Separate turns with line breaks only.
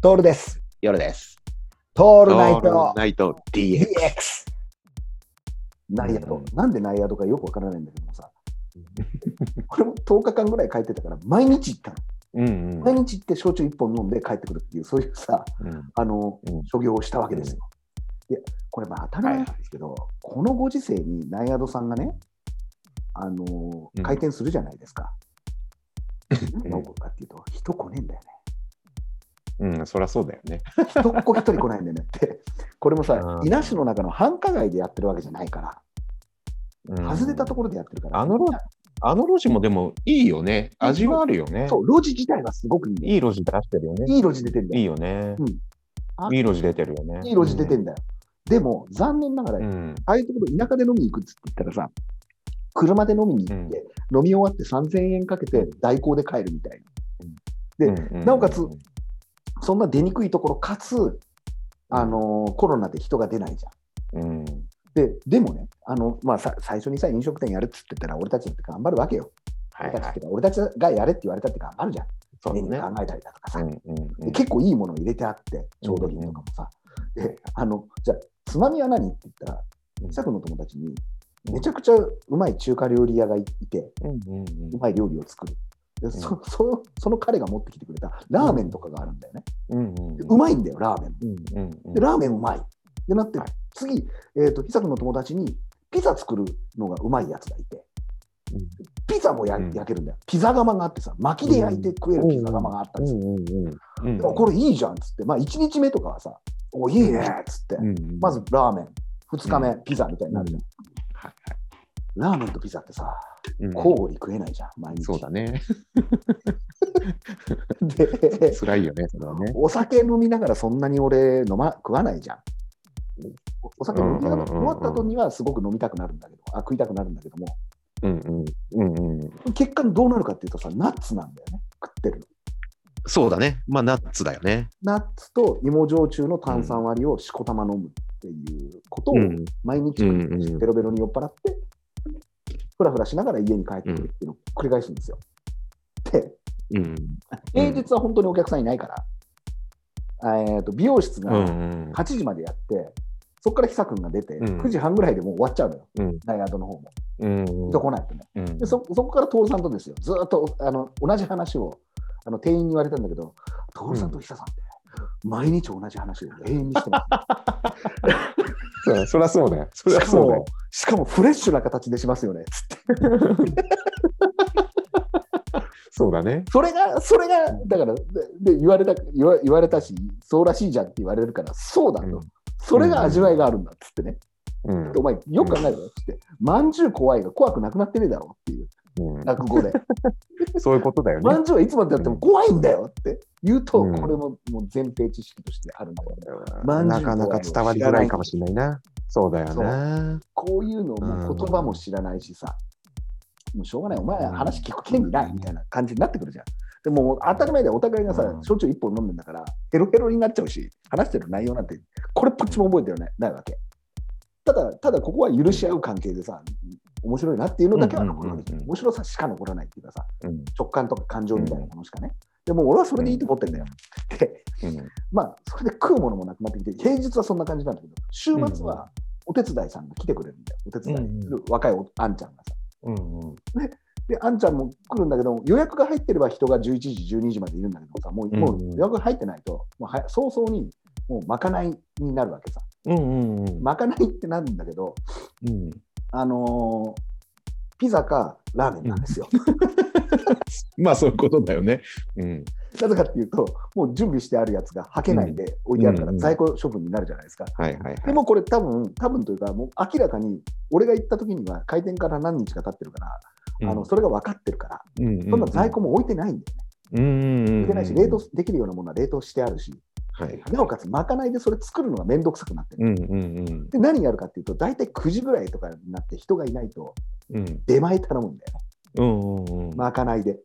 トールです。
夜です。
ト
オ
ールナイト
ナイト DX。
DX。ナイアド。なんでナイアドかよくわからないんだけどもさ。俺も10日間ぐらい帰ってたから、毎日行ったの。
うんうん
毎日行って焼酎1本飲んで帰ってくるっていう、そういうさ、
うん
あの、
うん
所業をしたわけですよ。で、これまあ当たり前なんですけど、このご時世にナイアドさんがね、あの
うん
回転するじゃないですか。何
ん
が起こるかっていうと、人来ねえんだよね。
うん、そりゃそうだよね。
人っ子一人来ないんだよねって。これもさ
う、ん
伊那市の中の繁華街でやってるわけじゃないから。
うん
外れたところでやってるから、
あの路あの路地もでもいいよね。
いい
味はあるよね。
そう路地自体がすごくいいね。
いい路地出してるよね。
いい路地出てんだ
い
よ。
いよね
うんあ。
いい路地出てるよね。
いい路地出てんだよ。でも、残念ながら、
う
あ
ん。
あいうところ、田舎で飲みに行くっつって言ったらさ、車で飲みに行って、飲み終わって3000円かけて代行で帰るみたいで
うん
なおかつな、そんな出にくいところ、かつ、あのーコロナで人が出ないじゃん。
うん。
ででもね、あのまあ、さ最初にさ飲食店やるっつってたら、俺たちだって頑張るわけよ。
はい
俺た
は
ちって
い。
か俺たちがやれって言われたって頑張るじゃん。
そう
メニュ
だ
ー
ね。
考えたりだとかさ、
うんうん
で結構いいものを入れてあって、調度品とかもさ。で、あの、じゃあ、つまみは何って言ったら、
うん
さくの友達に、めちゃくちゃうまい中華料理屋がいて、
うんうん
うまい料理を作る。でそそその彼が持ってきてくれたラーメンとかがあるんだよね。
うんうん
でうまいんだよ、ラーメン。
うんうんうん
で、ラーメンうまい。でなって
はい、
次、えっと、ひさくの友達に、ピザ作るのがうまいやつがいて
うん、
ピザもや
うん
焼けるんだよ。ピザ窯があってさ、薪で焼いて食えるピザ窯があったりする。
うんうん
あこれいいじゃんっつって、まあ、1日目とかはさ、おいいねっつって、
うん
まずラーメン、2日目、ピザみたいになるじゃん。
はい
ラーメンとピザってさ、
はい
交互に食えないじゃん、毎日。
そうだね。
で、
辛いよね、それはね。
お酒飲みながらそんなに俺飲、ま、食わないじゃん。おお酒飲みながら、
うんうんうんうん
終わった後にはすごく飲みたくなるんだけど、あ食いたくなるんだけども、
うんうんうんうん。
結果どうなるかっていうとさ、ナッツなんだよね、食ってるの。
そうだね。まあ、ナッツだよね。
ナッツと芋焼酎の炭酸割りをしこたま飲むっていうことを
うん
毎日
うん
繰り
うん
ベロベロに酔っ払って、ふらふらしながら家に帰ってくるっていうのを繰り返すんですよ。で、
うん
平日は本当にお客さんいないから、えー、と美容室
うん
が
うん
8時までやって、そこから久くんが出て、
うん
9時半ぐらいでもう終わっちゃうのよ、
うん
ダイヤードの方も。
うんうん
人来ないとね。
うん
でそそこから徹さんとですよ、ずーっとあの同じ話をあの店員に言われたんだけど、徹さんと久さんって、毎日同じ話を永遠にしてます。
そうそりゃそうだよ。 そりゃ
しか
そうだよ
も。、しかもフレッシュな形でしますよね、つって。
そうだね。
それが、それが、だから、でで言われた言わ、言われたし、そうらしいじゃんって言われるから、そうだと、
うん
それが味わいがあるんだっつってね。
うん
お前、よく考えろよっつって、まんじゅう怖いが怖くなくなってねえだろっていう、
うん
落語で。
そういうことだよね。
まんじゅうはいつまでやっても怖いんだよって言うと、
うん
これももう前提知識としてあるんだけど、まんじゅう
なかなか伝わりづらいかもしれないな。そうだよね。
こういうのをもう言葉も知らないしさ、もうしょうがない、お前は話聞く権利ないみたいな感じになってくるじゃん。でもう当たり前でお互いがさ
う、ん
焼酎一本飲んでんだから、ヘロヘロになっちゃうし、話してる内容なんて、これっぽっちも覚えてるねないわけ。ただ、ただここは許し合う関係でさ、面白いなっていうのだけは残るわけじゃん
うんうんうんうん
面白さしか残らないっていうかさ、
うん
直感とか感情みたいなものしかね。でも俺はそれでいいと思ってるんだよ。で、
うん
まあ、それで食うものもなくなってきて、平日はそんな感じなんだけど、週末はお手伝いさんが来てくれるんだよ、お手伝いする若いおあんちゃんがさ。
うんうん
で、あんちゃんも来るんだけど、予約が入ってれば人が11時、12時までいるんだけどさ、もう,、
うん
もう予約が入ってないと、もうは早々にもうまかないになるわけさ。
うんうん
まかないってなるんだけど、
うん
あのーピザかラーメンなんですよ。
まあそういうことだよね。うん
なぜかっていうと、もう準備してあるやつがはけないで置いてあるから、
うん
在庫処分になるじゃないですか。
はいはいは
で
い。
もこれ多分、多分というか、もう明らかに、俺が行った時には開店から何日か経ってるから、あのそれが分かってるから、そんな在庫も置いてないんだよね。
うん
置いてないし、冷凍できるようなものは冷凍してあるし、
はいはい。
なおかつまかないでそれ作るのが面倒くさくなってる。
うんうんうん
で、何やるかっていうと、大体9時ぐらいとかになって人がいないと、
うん
出前頼むんだよね。
うんうんうん
まかないで。